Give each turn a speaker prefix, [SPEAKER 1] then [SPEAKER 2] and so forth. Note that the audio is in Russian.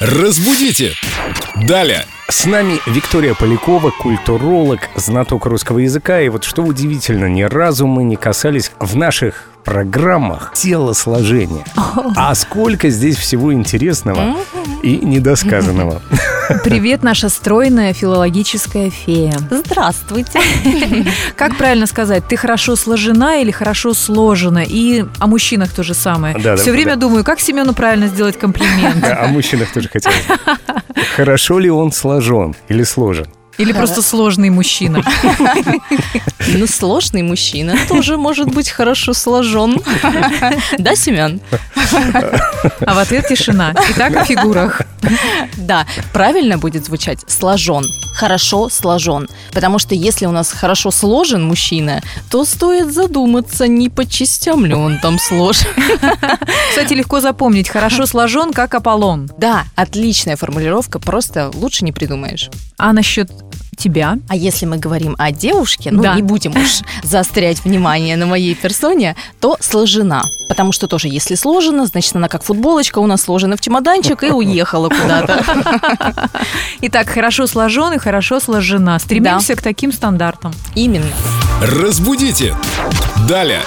[SPEAKER 1] Разбудите! Далее!
[SPEAKER 2] С нами Виктория Полякова, культуролог, знаток русского языка. И вот что удивительно, ни разу мы не касались в наших программах телосложения. А сколько здесь всего интересного и недосказанного.
[SPEAKER 3] Привет, наша стройная филологическая фея.
[SPEAKER 4] Здравствуйте.
[SPEAKER 3] Как правильно сказать, ты хорошо сложена или хорошо сложена? И о мужчинах то же самое.
[SPEAKER 2] Да, да,
[SPEAKER 3] Все время
[SPEAKER 2] да.
[SPEAKER 3] думаю, как Семену правильно сделать комплимент?
[SPEAKER 2] Да, О мужчинах тоже хотелось. Хорошо ли он сложен или сложен?
[SPEAKER 3] Или просто сложный мужчина?
[SPEAKER 4] Ну, сложный мужчина тоже может быть хорошо сложен. Да, Семен?
[SPEAKER 3] А в ответ тишина. Итак, о фигурах.
[SPEAKER 4] Да, правильно будет звучать сложен. Хорошо сложен. Потому что если у нас хорошо сложен мужчина, то стоит задуматься, не по частям ли он там сложен.
[SPEAKER 3] Кстати, легко запомнить. Хорошо сложен, как Аполлон.
[SPEAKER 4] Да, отличная формулировка, просто лучше не придумаешь.
[SPEAKER 3] А насчет тебя?
[SPEAKER 4] А если мы говорим о девушке, ну
[SPEAKER 3] Да.
[SPEAKER 4] не будем уж заострять внимание на моей персоне, то сложена. Потому что тоже, если сложена, значит, она как футболочка у нас сложена в чемоданчик и уехала куда-то.
[SPEAKER 3] Итак, хорошо сложен и хорошо сложена. Стремимся к таким стандартам.
[SPEAKER 4] Именно.
[SPEAKER 1] Разбудите! Далее!